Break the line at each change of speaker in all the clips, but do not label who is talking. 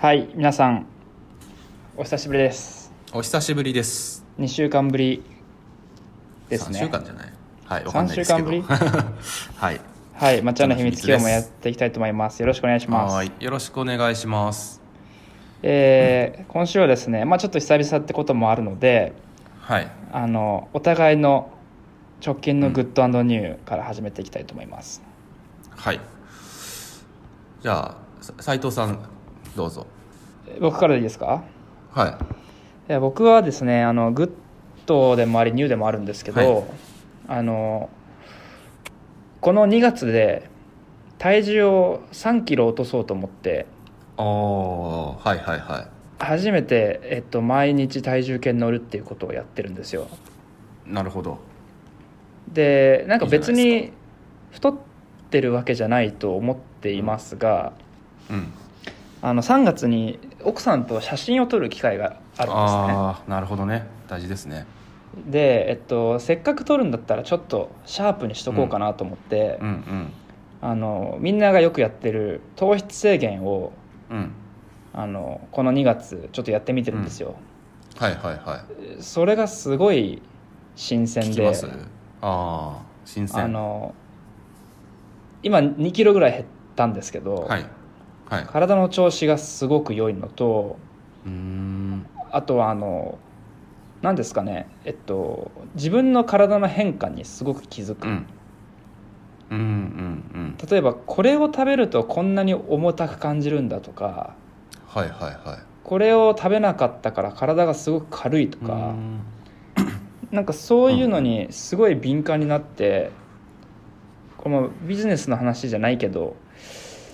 はい皆さんお久しぶりです
お久しぶりです。
2週間ぶりですね
3週間じゃないはい、わかんないですけど。
三週
はい。
はい抹茶の秘密
秘密
今
です
日もやっていきたいと思いますよろしくお願いしま
は
す
ーい。よろしくお願いします。
えー今週はですねまあちょっと久々ってこともあるので
はい。
あのお互いの直近のグッドニューから始めていきたいと思います、
はい。じゃあ、斎藤さん、どうぞ。
僕からでいいですか
はい
や僕はですねあのグッドでもありニューでもあるんですけど、
はい
あのこの2月で体重を3キロ落とそうと思って
い。おー、はいはいは
初めて、えっと、毎日体重計に乗るっていうことをやってるんですよ
い。なるほど。
でなんか別
いいじゃない
に太ってるわけじゃないと思っていますが
うん。
あの3月に奥さんと写真を撮る機会があるんですね
あー、なるほどね。大事ですね。
で、えっと、せっかく撮るんだったらちょっとシャープにしとこうかなと思って、
うん
あのみんながよくやってる糖質制限を
うん。うん。
あのこの2月ちょっとやってみてるんですよ、
はいはいはい。
それがすごい新鮮
聞き
で
ますあー、新鮮。
あの今2キロぐらい減ったんですけど、
はい。はい。う
体の調子がすごく良いのと
ーん。
あとはあの何ですかねえっと自分の体の変化にすごく気づく、
うん。うんうんうん。
例えばこれを食べるとこんなに重たく感じるんだとか
はいはいはい。
これを食べなかったから体がすごく軽いとか、
うーん
なんかそういうのにすごい敏感になって、このビジネスの話じゃないけど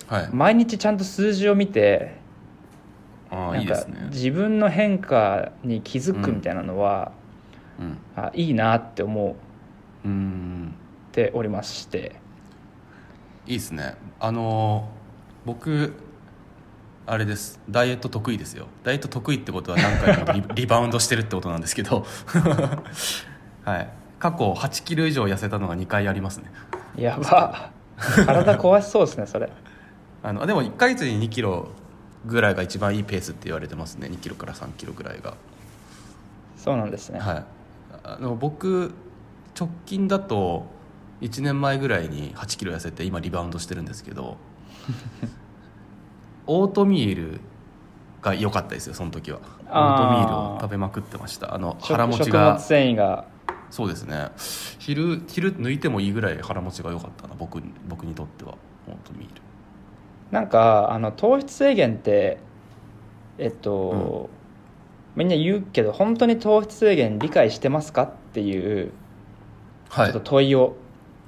はい。
毎日ちゃんと数字を見て
ああ
ないん
いで
か
すね。
自分の変化に気づくみたいなのは、
うん。
あいいなって思
うーん。
っておりまして
いいですね。あのー僕あれです。ダイエット得意ですよ。ダイエット得意ってことは何回 もリリバウンドしてるってことなんですけど、 はい。過去8キロ以上痩せたのが2回ありますね。
やば体壊しそうですねそれ
あのでも1ヶ月に2キロぐらいが一番いいペースって言われてますね。2キロから3キロぐらいが。
そうなんですね、
はい、あの僕直近だと1年前ぐらいに8キロ痩せて今リバウンドしてるんですけ どオートミールが良かったですよその時はオートミールを食べまくってましたあの
食
腹持ち
食物
が
繊維が
そうですね昼昼抜いてもいいぐらい腹持ちが良かったな僕に僕にとってはオートミール
なんかあの糖質制限ってえっと、みんな言うけど本当に糖質制限理解してますかっていうち
は
ょ
い
っと問いを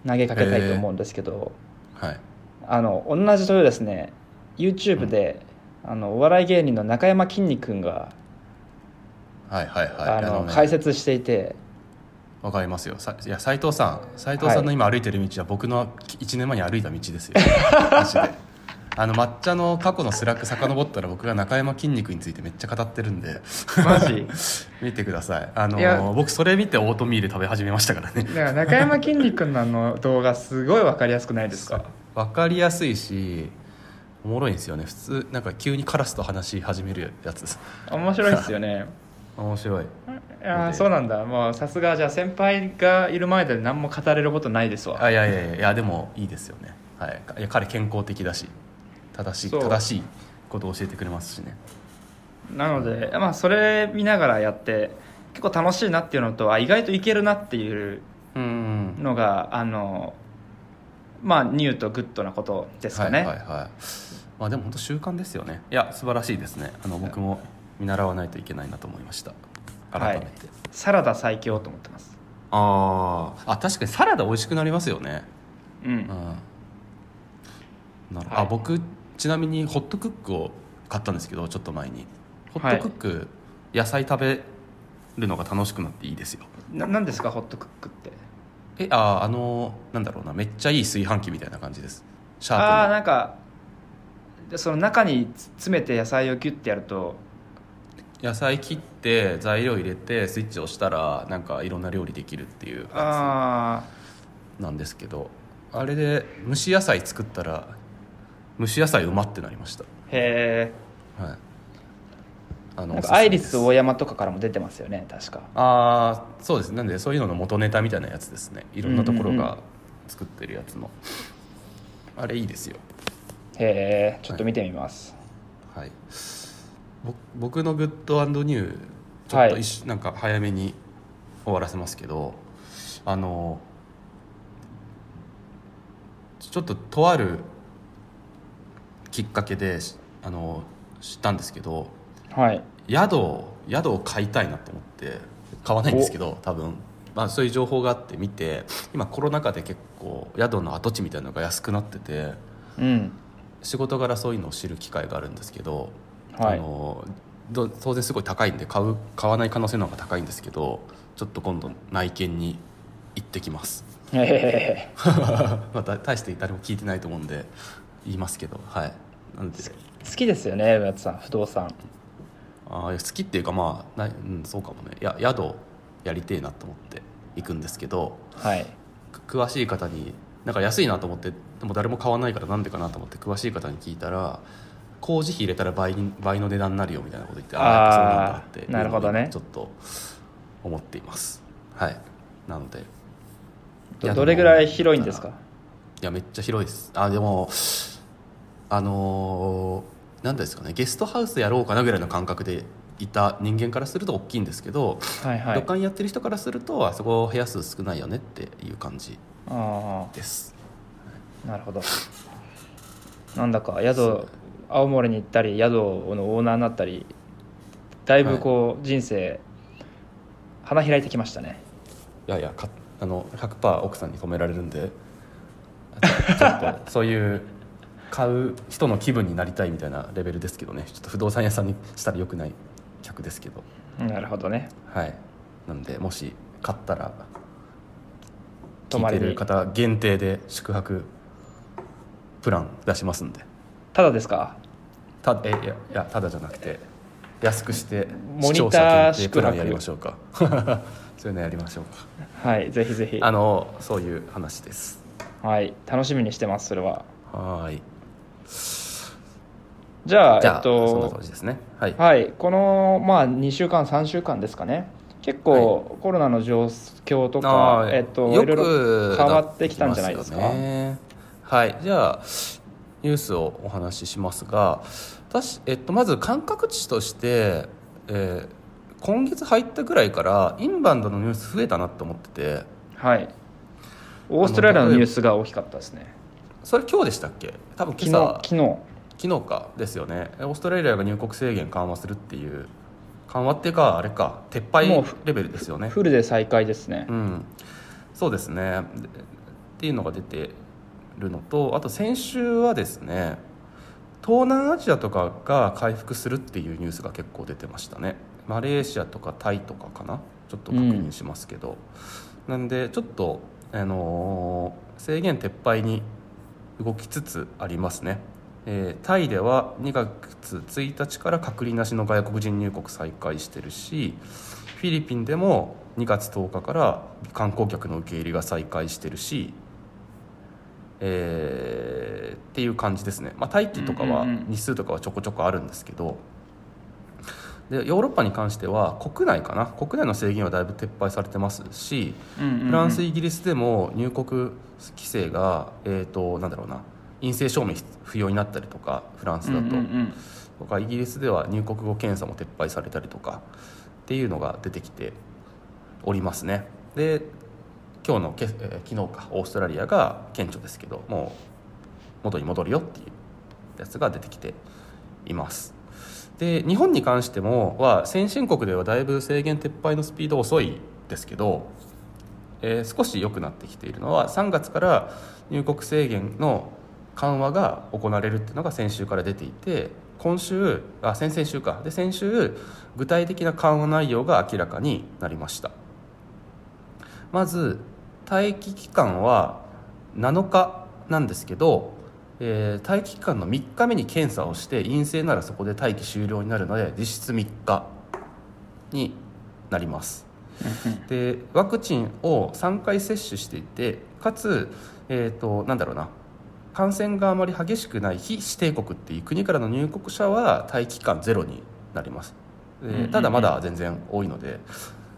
投げかけたいと思うんですけど、
はい
あの同じ問いをですね YouTube で、あのお笑い芸人の中山きんに君が、
はいはいはい
あの
ね
解説していて
わかりますよさいや斉藤さん斉藤さん
は
の
い
今歩いてる道は僕の1年前に歩いた 道ですよマジであの抹茶の過去のスラック遡ったら僕が中山筋肉についてめっちゃ語ってるんで
マジ
見てくださいあの
いや
僕それ見てオートミール食べ始めましたからね
から中山きんに君のあの動画すごい分かりやすくないですか
わかりやすいしおもろいんですよね普通なんか急にカラスと話し始めるやつです
面白いですよね
面白い
ああそうなんだもうさすがじゃあ先輩がいる前で何も語れることないですわ
あいやいやいやいやでもいいですよね、はい、いや彼健康的だし正しい
そう
正しいことを教えてくれますしね
なのでまあそれ見ながらやって結構楽しいなっていうのとあ意外といけるなっていう
うん
のがあのまあニューとグッドなことですかね、
はいはいはいまあでも本当習慣ですよねいや素晴らしいですねあの僕も見習わないといけないなと思いました改めて、
サラダ最強と思ってます
あーあ確かにサラダ美味しくなりますよね
うん、
うんなる
はい
あ僕ちなみにホットクックを買ったんですけどちょっと前にホットクック、野菜食べるのが楽しくなっていいですよ
な何ですかホットクックって
えあーあのなんだろうなめっちゃいい炊飯器みたいな感じですシャープ
ああー
な
なんかでその中につ詰めて野菜をキュッてやると
野菜切って材料入れてスイッチ押したらなんかいろんな料理できるっていうや
あ
つなんですけどあれで蒸し野菜作ったら蒸し野菜うまってなりました、
あへえ
はい、あの
なん
おすす
か
め
アイリス
です
大山とかからも出てますよね確か
ああそうですなんでそういうのの元ネタみたいなやつですねいろんなところ
うんうんう
が作ってるやつの、あれいいですよ
へえちょっと見てみます、
はいぼ僕のグッドニューちょっと一し、なんか早めに終わらせますけどあのちょっととあるきっかけでしあの知ったんですけど
はい
宿を宿を買いたいなと思って買わないんですけど多分、まあ、そういう情報があって見て今コロナ禍で結構宿の跡地みたいなのが安くなってて
うん
仕事柄そういうのを知る機会があるんですけど、
はい
あのど当然すごい高いんで買う買わない可能性の方が高いんですけどちょっと今度内見に行ってきます、
へえ
まあ、だ大して誰も聞いてないと思うんで言いますけどはいなんで
好きですよね上田さん不動産
あーいや好きっていうかまあない、うん、そうかもねや宿やりてえなと思って行くんですけど
はい
く詳しい方になんか安いなと思ってでも誰も買わないからなんでかなと思って詳しい方に聞いたら工事費入れたら倍に倍の値段になるよみたいなこと言って
あー
あーやっぱそうなんだっていうのを
なるほどね
ちょっと思っていますはいなのでい
ど
や
どれぐらい広いんですか
いやめっちゃ広いですあでもあのーなんですかねゲストハウスやろうかなぐらいの感覚でいた人間からすると大きいんですけど、
はいはい
旅館やってる人からするとあそこ部屋数少ないよねっていう感じ
あ
です
あなるほどなんだか宿青森に行ったり宿のオーナーになったりだいぶこう、人生花開いてきましたね
いやいやかあの100%奥さんに止められるんで ちょっとそういう買う人の気分になりたいみたいなレベルですけどねちょっと不動産屋さんにしたらよくない客ですけど
なるほどね
はいなのでもし買ったら
泊
聞
ま
い
り
て
に
る方限定で宿泊プラン出しますんで
ただですか
たえいやいやただじゃなくて安くして
モニター
視聴者限定プラン
宿泊
やりましょうか そういうのやりましょうか
はいぜひぜひ
あのそういう話です
はい楽しみにしてますそれは
はーい
じゃあ
じゃあ、
えっ
そんな感
と
じですねはい、
はいこのまあ2週間3週間ですかね結構、コロナの状況と
あ
か
ー
えっと
よ
いろいろ
く
変わってきたんじゃないですか
なってきますよねはいじゃあニュースをお話ししますが私、えっと、まず感覚値として、えー今月入ったぐらいからインバウンドのニュース増えたなと思ってて
はいオーストラリアのニュースが大きかったですね
それ今日でしたっけ多分
昨
今
日
朝
昨日
昨日かですよねオーストラリアが入国制限緩和するっていう緩和っていうかあれか撤廃
もうふ
レベルですよね
フルで再開ですね
うん、そうですねでっていうのが出てるのとあと先週はですね東南アジアとかが回復するっていうニュースが結構出てましたねマレーシアとかタイとかかなちょっと確認しますけど、なんでちょっと、あのー制限撤廃に動きつつありますね、えータイでは2月1日から隔離なしの外国人入国再開してるしフィリピンでも2月10日から観光客の受け入れが再開してるし、えーっていう感じですね、まあ、待機とかは
うんうんうん
日数とかはちょこちょこあるんですけどでヨーロッパに関しては国内かな国内の制限はだいぶ撤廃されてますしフ
フ
ランス、イギリスでも入国規制が、えー、となんだろうな陰性証明不要になったりとかフランスだと、
うんうんうん
とかイギリスでは入国後検査も撤廃されたりとかっていうのが出てきておりますねで今日のけ、えー昨日かオーストラリアが顕著ですけどもう元に戻るよっていうやつが出てきていますで日本に関してもは先進国ではだいぶ制限撤廃のスピード遅いですけど、えー少し良くなってきているのは3月から入国制限の緩和が行われるっていうのが先週から出ていて今週あ先々週かで先週具体的な緩和内容が明らかになりましたまず待機期間は7日なんですけど、えー待機期間の3日目に検査をして陰性ならそこで待機終了になるので実質3日になりますでワクチンを3回接種していてかつ、えー、となんだろうな感染があまり激しくない非指定国っていう国からの入国者は待機期間ゼロになりますで
うんうんうん
ただまだ全然多いので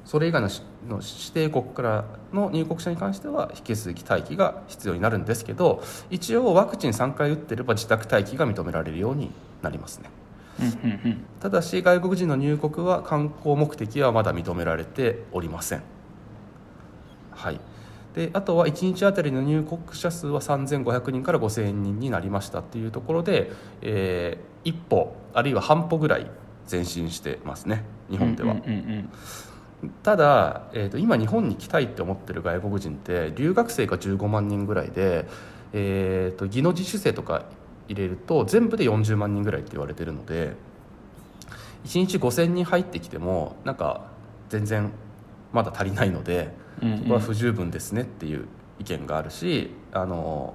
それ以外のしの指定国からの入国者に関しては引き続き待機が必要になるんですけど一応ワクチン3回打ってれば自宅待機が認められるようになりますね
うんうんうん
ただし外国人の入国は観光目的はまだ認められておりませんはいであとは1日あたりの入国者数は3500人から5000人になりましたっていうところで、えー一歩あるいは半歩ぐらい前進してますね日本では、
うんうんうん
ただ、えー、と今日本に来たいって思ってる外国人って留学生が15万人ぐらいで、えー、と技能実習生とか入れると全部で40万人ぐらいって言われてるので1日5000人入ってきてもなんか全然まだ足りないので
うんうん
そこは不十分ですねっていう意見があるしあの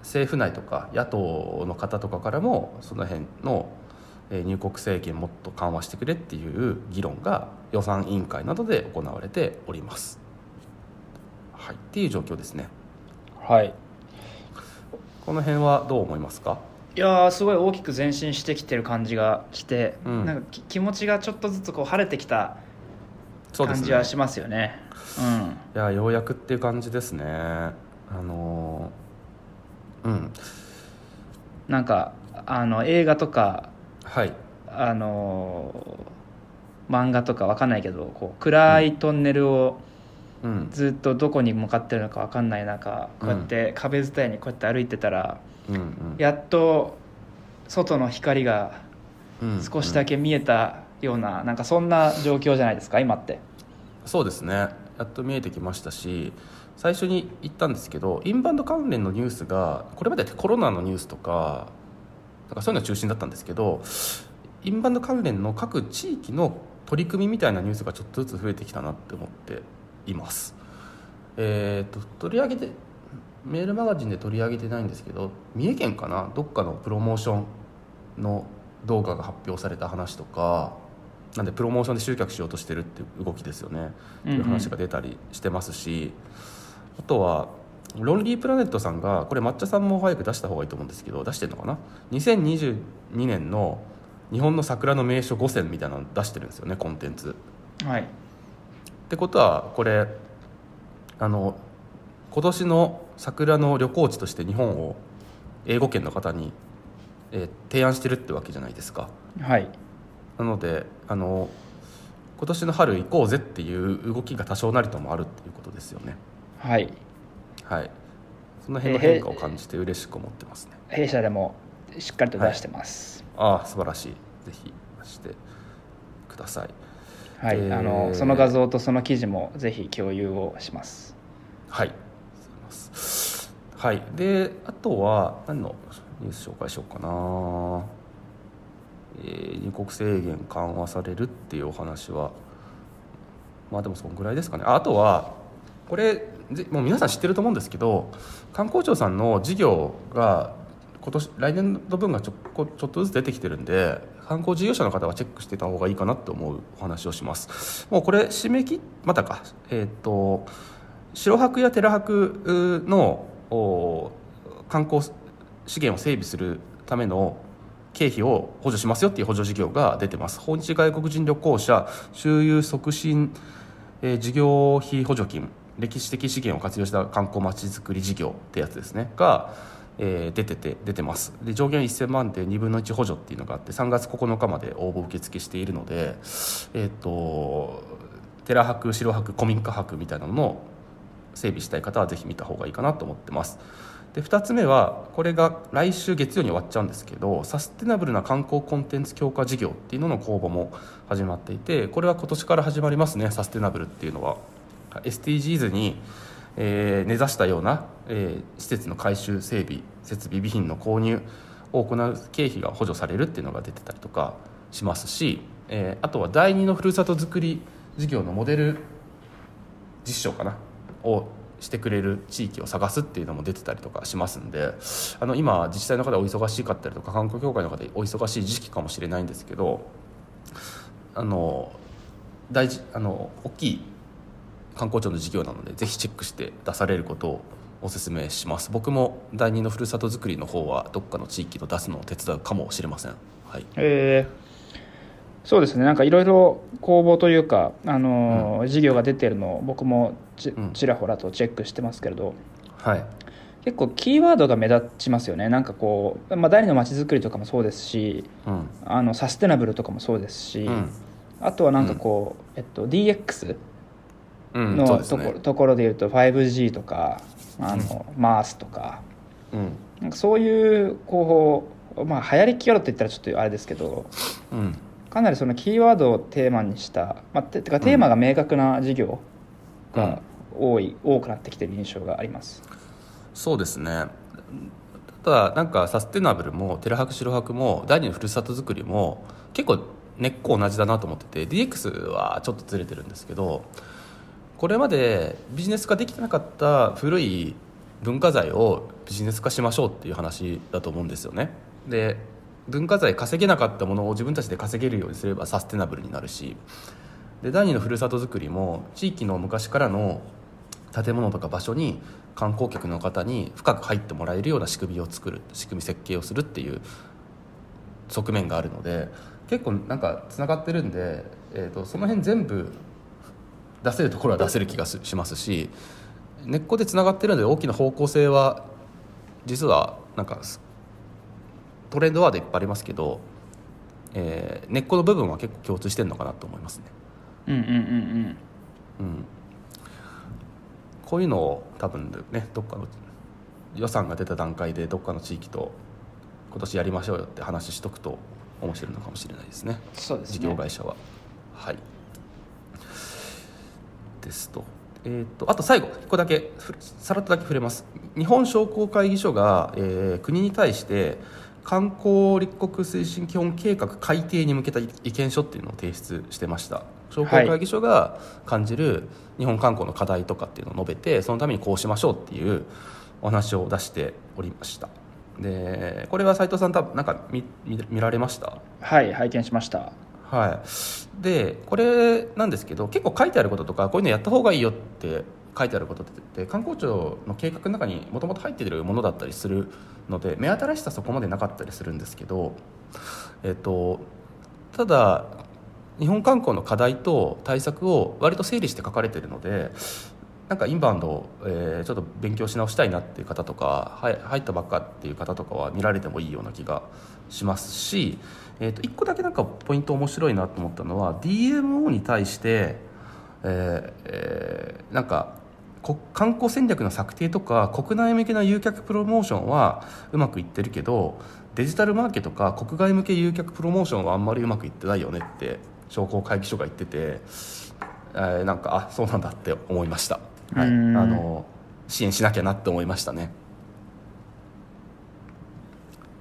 政府内とか野党の方とかからもその辺のえー入国制限もっと緩和してくれっていう議論が予算委員会などで行われております。はい、っていう状況ですね。
はい
この辺はどう思いますか？
いやーすごい大きく前進してきてる感じがして、
うん
なんかき気持ちがちょっとずつこう晴れてきた
そうで
感
す
じ
ね
は。しますよね
いやようやくっていう感じですね。あのーうん
うんなんかあの映画とか
はい
あのー漫画とかわかんないけどこう暗いトンネルを
うん
ずっとどこに向かってるのかわかんない中こうやって壁伝いにこうやって歩いてたら、
うんうん
やっと外の光が
うん
少しだけ見えたような、なんかそんな状況じゃないですか今って。
そうですねやっと見えてきましたし最初に言ったんですけどインバウンド関連のニュースがこれまでコロナのニュースとかなんかそういうの中心だったんですけどインバウンド関連の各地域の取り組みみたいなニュースがちょっとずつ増えてきたなって思っています。えー、と取り上げてメールマガジンで取り上げてないんですけど三重県かなどっかのプロモーションの動画が発表された話とかなんでプロモーションで集客しようとしてるっていう動きですよねっていう話が出たりしてますし、あとはロンリープラネットさんがこれ抹茶さんも早く出した方がいいと思うんですけど出してるのかな2022年の日本の桜の名所5選みたいなの出してるんですよねコンテンツ。
はい、
ってことはこれあの今年の桜の旅行地として日本を英語圏の方に、えー提案してるってわけじゃないですか
はい
なのであの今年の春行こうぜっていう動きが多少なりともあるっていうことですよね
はい、
はいその辺の変化を感じて嬉しく思ってますね
弊社でもしっかりと出してます。
ああ素晴らしいぜひしてください
はい、
えー
あのその画像とその記事もぜひ共有をします。
はい。ありがとうございますはい。で、あとは、何のニュース紹介しようかな。えー入国制限緩和されるっていうお話は、まあでもそんぐらいですかね。ああとは、これ、ぜもう皆さん知ってると思うんですけど、観光庁さんの事業が、今年来年度分がちょこちょっとずつ出てきてるんで観光事業者の方はチェックしてた方がいいかなと思うお話をしますもうこれ締め切っまたかえーっ、と白白や寺白のお観光資源を整備するための経費を補助しますよっていう補助事業が出てます訪日外国人旅行者周遊促進、えー事業費補助金歴史的資源を活用した観光まちづくり事業ってやつですねが、えー出てて出てますで上限1000万で2分の1補助っていうのがあって3月9日まで応募受付しているのでえっ、と寺泊白泊古民家泊みたいなのの整備したい方はぜひ見た方がいいかなと思ってますで2つ目はこれが来週月曜に終わっちゃうんですけどサステナブルな観光コンテンツ強化事業っていうのの公募も始まっていてこれは今年から始まりますねサステナブルっていうのは SDGs に、えー根ざしたような、えー施設の改修整備設備備品の購入を行う経費が補助されるっていうのが出てたりとかしますし、えーあとは第二のふるさとづくり事業のモデル実証かなをしてくれる地域を探すっていうのも出てたりとかしますんであの今自治体の方お忙しかったりとか観光協会の方お忙しい時期かもしれないんですけどあの大事あの大きい観光庁の事業なのでぜひチェックして出されることをお勧めします僕も第二のふるさとづくりの方はどっかの地域の出すのを手伝うかもしれませんはい
えそうですねなんかいろいろ公募というか、あのー事業が出てるのを僕もち
うん
ちらほらとチェックしてますけれど、
はい
結構キーワードが目立ちますよねなんかこう、まあ、第二の街づくりとかもそうですし
うん
あのサステナブルとかもそうですし、
うん
あとはなんかこう、えっと、DX
うん
の
そうで
と
す
こ,、
ね
ところでいうと 5G とかあの、MARS とか
うん
なんかそういうこう、まあ、流行りキャラって言ったらちょっとあれですけど
うん
かなりそのキーワードをテーマにした、まあ、ててかテーマが明確な事業が多い、多くなってきてる印象があります。
そうですねただなんかサステナブルも寺博白博も第二のふるさとづくりも結構根っこ同じだなと思ってて DX はちょっとずれてるんですけどこれまでビジネス化できてなかった古い文化財をビジネス化しましょうっていう話だと思うんですよねで文化財稼げなかったものを自分たちで稼げるようにすればサステナブルになるしで第二のふるさとづくりも地域の昔からの建物とか場所に観光客の方に深く入ってもらえるような仕組みを作る仕組み設計をするっていう側面があるので結構なんかつながってるんで、えー、とその辺全部出せるところは出せる気がすしますし根っこでつながってるので大きな方向性は実はなんかすトレンドワードいっぱいありますけど、えー根っこの部分は結構共通してるのかなと思いますね。
うんうんうんうん
うん、こういうのを多分ねどっかの予算が出た段階でどっかの地域と今年やりましょうよって話しとくと面白いのかもしれないですね
そうですね
事業会社ははいですと,、えー、とあと最後1個だけふさらっとだけ触れます日本商工会議所が、えー国に対して観光立国推進基本計画改定に向けた意見書っていうのを提出してました商工会議所が感じる日本観光の課題とかっていうのを述べてそのためにこうしましょうっていうお話を出しておりましたでこれは斉藤さん多分なんか見見見られました
はい拝見しました
はい、でこれなんですけど結構書いてあることとかこういうのやった方がいいよって書いてあることって観光庁の計画の中にもともと入ってるものだったりするので目新しさそこまでなかったりするんですけど、えっと、ただ日本観光の課題と対策を割と整理して書かれてるのでなんかインバウンドを、えーちょっと勉強し直したいなっていう方とかはい入ったばっかっていう方とかは見られてもいいような気がしますし、えー、と1個だけなんかポイント面白いなと思ったのは DMO に対して、えーえーなんかこ観光戦略の策定とか国内向けの誘客プロモーションはうまくいってるけどデジタルマーケとか国外向け誘客プロモーションはあんまりうまくいってないよねって商工会議所が言ってて、えーなんかあそうなんだって思いました、はい、あ
うん
の支援しなきゃなって思いましたね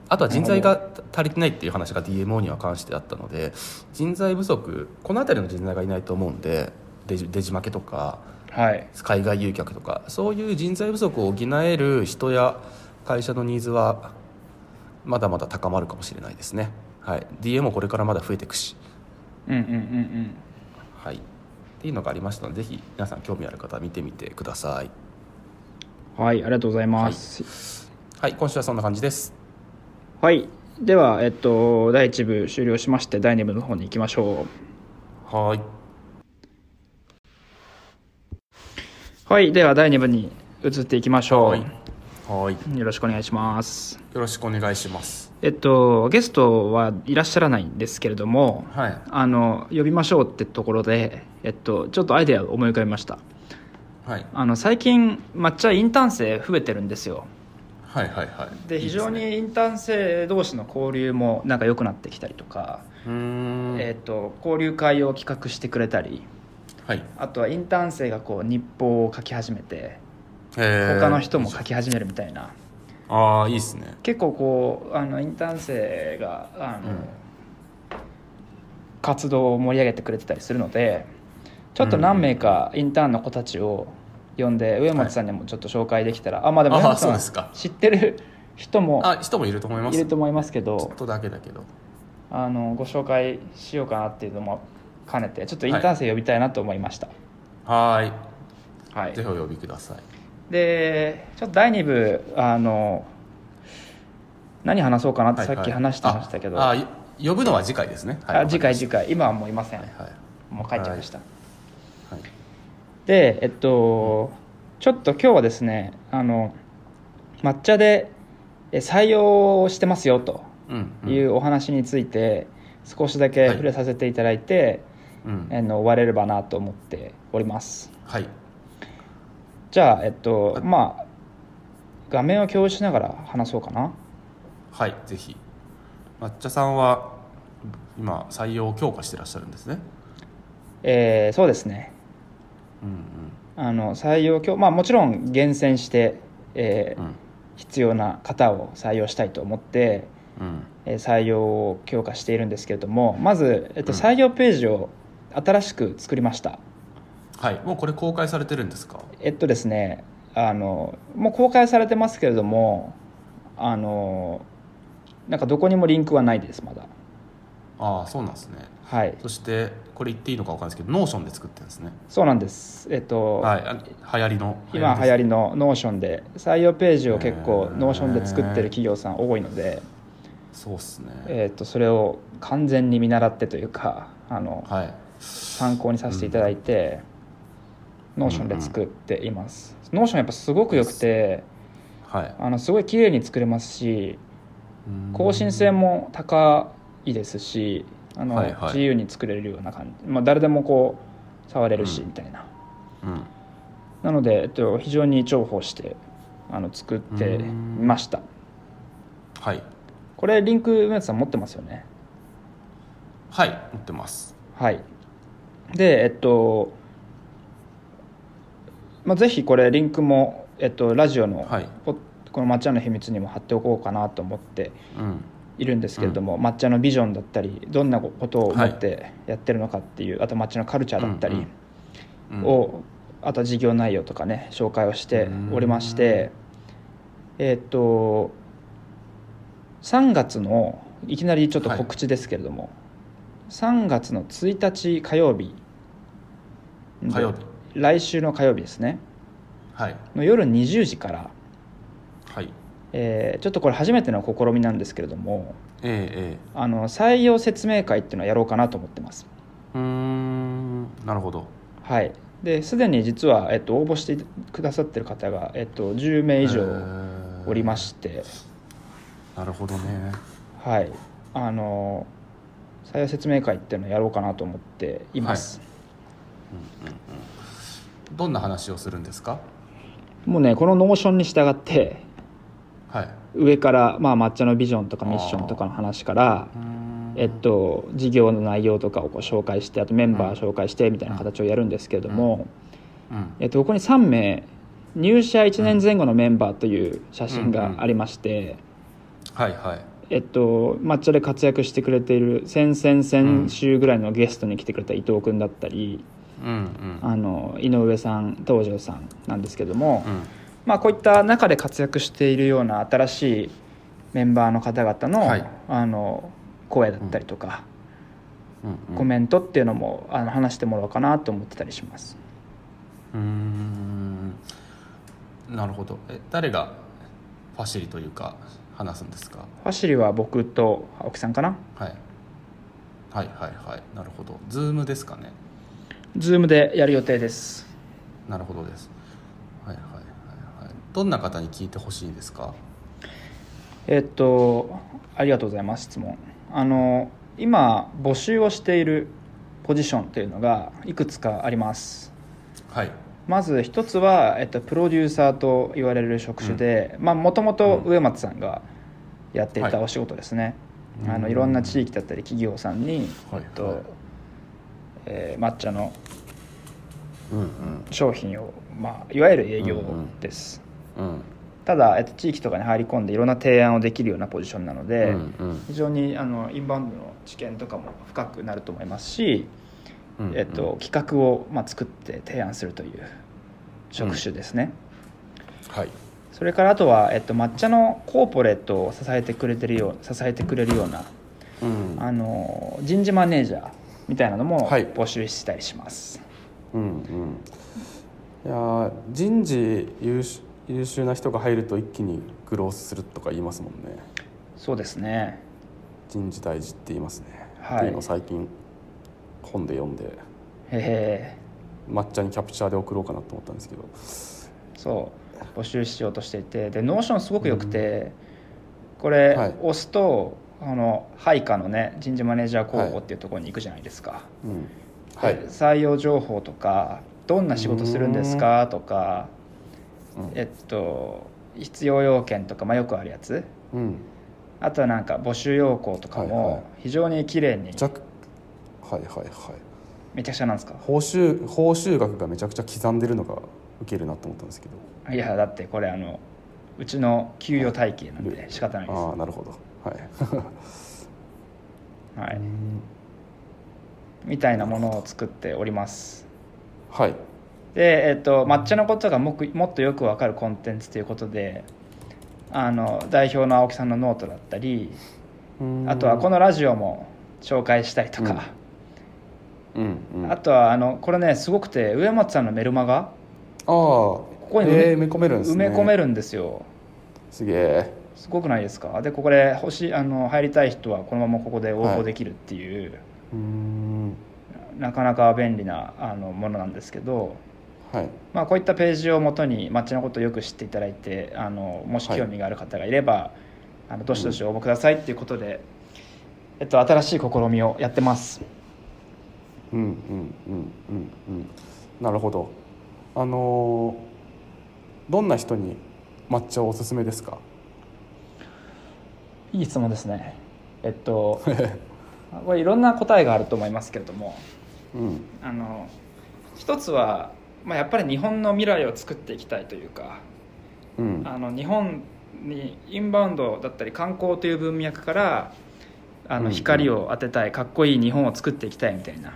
あとは人材が足りてないっていう話が DMO には関してあったので人材不足この辺りの人材がいないと思うんでデジデジ負けとか
はい
海外誘客とかそういう人材不足を補える人や会社のニーズはまだまだ高まるかもしれないですね、はい、DM もこれからまだ増えていくし、
うんうんうんうん
はい、っていうのがありましたのでぜひ皆さん興味ある方は見てみてください、
はい、ありがとうございます。
はい、今週はそんな感じです
はい、では、えっと、第1部終了しまして、第2部の方に行きましょ。
はーいう
はい、では、第2部に移っていきましょう。
はいはーい
よろしくお願いします。
よろしくお願いします
えっと、ゲストはいらっしゃらないんですけれども、
はい
あの呼びましょうってところで、えっと、ちょっとアイデアを思い浮かべました
はい
あの最近抹茶インターン生増えてるんですよ
はいはいはい
で
いい
非
すね
常にインターン生同士の交流もなんか良くなってきたりとか、
うーん
えっと、交流会を企画してくれたり
はい
あとはインターン生がこう日報を書き始めて
他
他の人も書き始めるみたいな、
ああいいですね
結構こうあのインターン生があの、
うん
活動を盛り上げてくれてたりするのでちょっと何名かインターンの子たちを呼んで、上松さんにもちょっと紹介できたら、あまあでも
あー
上松さん
そうですか
知ってる人も
あ人もいると思いま
い
す
ると思いますけ
ちょ
ど
っとだけだけど
あのご紹介しようかなっていうのも兼ねてちょっとインターン生呼びたいなと思いました。
はーい
はい
ぜひお呼びください
でちょっと第2部あの何話そうかなって
はい
さ
はい
っき話してましたけど、
ああい呼ぶのは次回ですねはい
あ次回次
回
回今はもういません、
はい
もう帰っちゃいました、
はい
でえっとちょっと今日はですねあの抹茶でえ採用をしてますよと
うんうん
いうお話について少しだけ触れさせていただいて、
うん
あの終われればなと思っております
はい
じゃあえっと
あ
まあ画面を共有しながら話そうかな
はいぜひ抹茶さんは今採用を強化してらっしゃるんですね
えーそうですね
うん
あの採用今日まあもちろん厳選して、えー
うんうん
必要な方を採用したいと思って、
うん
えー採用を強化しているんですけれどもまず、えっと、
うん
採用ページを新しく作りました、
はいもうこれ公開されてるんですか
えっとですねあのもう公開されてますけれどもあのなんかどこにもリンクはないですまだ
ああそうなんですね
はい
そしてこれ言っていいのかわかんないですけどノーションで作ってるんですね
そうなんですえっと、
はいあ流行りの
今流行りのノーションで採用ページを結構
へー
ノーションで作ってる企業さん多いので、
そうっすね、
えっとそれを完全に見習ってというかあの
はい
参考にさせていただいて、ノーションで作っています、ノーションやっぱすごく良くて
はい
あのすごい綺麗に作れますし
うん
更新性も高いですしあの、
はいはい
自由に作れるような感じ、まあ、誰でもこう触れるし
うん
みたいな、
うん
なので、えっと、非常に重宝してあの作ってみました
はい
これリンク梅津さん持ってますよね
はい持ってます
はいでえっと、まあ、ぜひこれリンクも、えっと、ラジオの、
はい
ポッこの抹茶の秘密にも貼っておこうかなと思って
うん
いるんですけれども、抹茶のビジョンだったりどんなことを思ってやってるのかっていう、あと抹茶のカルチャーだったり
うん
を、あと事業内容とかね紹介をしておりましてえーっと3月のいきなりちょっと告知ですけれども、3月の1日火曜日
火曜日
来週の火曜日ですね
はい
の夜20時から、
はい
えーちょっとこれ初めての試みなんですけれども
えええ
あの採用説明会っていうのをやろうかなと思ってます
えうーんなるほど
はいですでに実は、えっと、応募してくださってる方が、えっと、10名以上
ええ
おりまして、
なるほどね
はいあの採用説明会っていうのをやろうかなと思っています、
どんな話をするんですか
もうねこのノーションに従って
はい
上から、まあ、抹茶のビジョンとかミッションとかの話から
うーん
えっと、事業の内容とかをこう紹介してあとメンバー紹介してみたいな形をやるんですけれども、
うん
えっと、ここに3名入社1年前後のメンバーという写真がありまして、
はいはい
えっと、抹茶で活躍してくれている先々先週ぐらいのゲストに来てくれた伊藤君だったり、
うん
あの井上さん東條さんなんですけども、
うん
まあ、こういった中で活躍しているような新しいメンバーの方々の,、
はい
あの声だったりとか。
うんうん
コメントっていうのもあの話してもらおうかなと思ってたりします
うーんなるほどえ誰がファシリというか話すんですか
ファシリは僕と青木さんかな
はいはいはいはいなるほどズームですかね
Zoom でやる予定です
なるほどですはいはいはいはいどんな方に聞いてほしいですか
えっとありがとうございます質問あの今募集をしているポジションというのがいくつかあります
はい
まず一つは、えっと、プロデューサーと言われる職種でもともと上松さんがやっていた
はい
お仕事ですね、
うん
あのいろんな地域だったり企業さんに、
はい
えっと
はい
えー抹茶の
うんうん
商品を、まあ、いわゆる営業です、
うん
ただ、えっと、地域とかに入り込んでいろんな提案をできるようなポジションなので、
うんうん
非常にあのインバウンドの知見とかも深くなると思いますし、
うんうん
えっと、企画を、まあ、作って提案するという職種ですね、
はい
それからあとは、えっと、抹茶のコーポレートを支えてくれてるよう支えてくれるような
うん
あの人事マネージャーみたいなのも
はい
募集したりします、
うんうんいやー人事優秀優秀な人が入ると一気にグロースするとか言いますもんね
そうですね
人事大事って言いますね、
はい
っていうのを最近本で読んで
へ
抹茶にキャプチャーで送ろうかなと思ったんですけど
ーそう募集しようとしていてでノーションすごくよくて、これ、
はい
押すとあの配下のね人事マネージャー候
は
補
い
っていうところに行くじゃないですか、
うんはい、
で採用情報とかどんな仕事するんですかとか
うん
えっと必要要件とか、まあ、よくあるやつ
うん、
あとはなんか募集要項とか
はいは
も
い
非常に綺麗に
じゃはいはいはい
めちゃくちゃなんですか
報酬報酬額がめちゃくちゃ刻んでるのがウケるなと思ったんですけど
いやだってこれあのうちの給与体系なんで
ル
仕方ないです
ああなるほどはい
は
う
い
ん
みたいなものを作っております
はい
でえっと抹茶のことがもくもっとよくわかるコンテンツということであの代表の青木さんのノートだったりあとはこ
の
のラジオも紹介したりとか、
うんうん
あとはあのこれねすごくて上松さんのメルマガ
あこ
こに埋め
えー埋め込めるんです
埋
ね
め込めるんですよ
すげえ
すごくないですかでここで星あの入りたい人はこのままここで応
は
募
い
できるっていう、
うん
なかなか便利なあのものなんですけど、
はい
まあ、こういったページをもとに抹茶のことをよく知っていただいてあのもし興味がある方がいれば、あのどしどし応募くださいっていうことで、えっと、新しい試みをやってます
うんうんうんうんうんなるほどあのーどんな人に抹茶をおすすめですか
いい質問ですねえっ とこれいろんな答えがあると思いますけれども
うん
あの一つは、まあ、やっぱり日本の未来を作っていきたいというか
うん
あの日本にインバウンドだったり観光という文脈からあ
うんう
の
ん
光を当てたいかっこいい日本を作っていきたいみたいな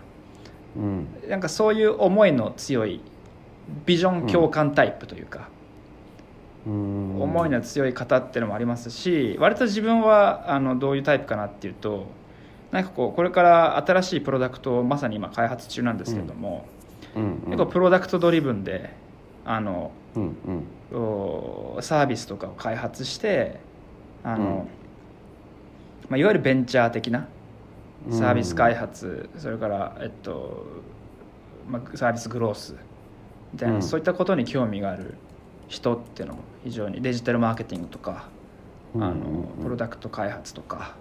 うん
なんかそういう思いの強いビジョン共感タイプというか、
うん
思いの強い方っていうのもありますし割と自分はあのどういうタイプかなっていうとなんかこうこれから新しいプロダクトをまさに今開発中なんですけれども、
うんうん
結構プロダクトドリブンであの
うんうん
おサービスとかを開発してあの、まあ、いわゆるベンチャー的なサービス開発、それから、えっとまあ、サービスグロースみたいな、
うん
そういったことに興味がある人っていうのも非常にデジタルマーケティングとか、
うん
あ
うん
の
うん
プロダクト開発とか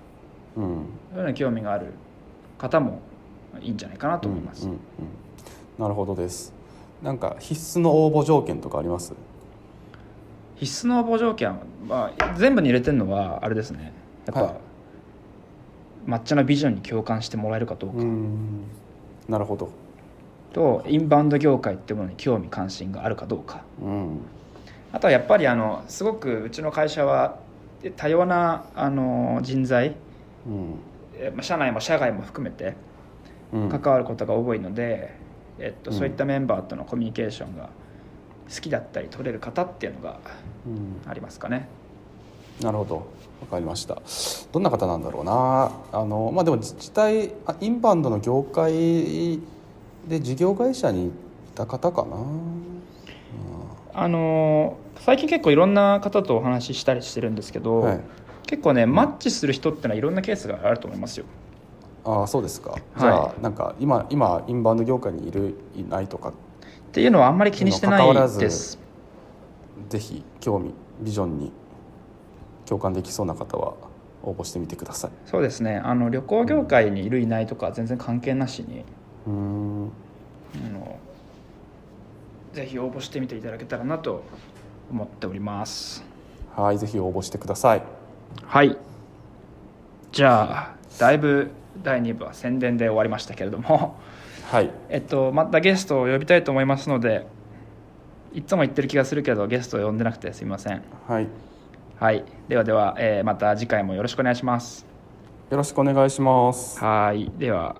うん
そういうのに興味がある方もいいんじゃないかなと思います。
うんうんうんなるほどですなんか必須の応募条件とかあります
必須の応募条件、まあ、全部に入れてるのはあれですねやっぱ、
はい
抹茶のビジョンに共感してもらえるかどうか、
うんなるほど
とインバウンド業界っていうものに興味関心があるかどうか
うん
あとはやっぱりあのすごくうちの会社はえ多様なあの人材
うん
えまあ社内も社外も含めて
うん
関わることが多いので、えっと、
うん
そういったメンバーとのコミュニケーションが好きだったり取れる方っていうのが
うん
ありますかね。
なるほどわかりましたどんな方なんだろうなあのまあでも自治体あインバウンドの業界で事業会社にいた方かな
あの最近結構いろんな方とお話ししたりしてるんですけど、
はい
結構ねマッチする人ってのはいろんなケースがあると思いますよ。
ああそうですか、じゃあなんか今今インバウンド業界にいるいないとか
っていうのはあんまり気にしてな
にも関わら
い
ず
です。
ぜひ興味ビジョンに共感できそうな方は応募してみてください
そうですねあの旅行業界にいるいないとか全然関係なしに
うーん
あのぜひ応募してみていただけたらなと思っております
はいぜひ応募してください
はいじゃあだいぶ第2部は宣伝で終わりましたけれども
はい
えっとまたゲストを呼びたいと思いますのでいつも言ってる気がするけどゲストを呼んでなくてすみません
はいよ
はいではでは、えーまた次回もよろしくお願いします
ろしくお願いします
はいでは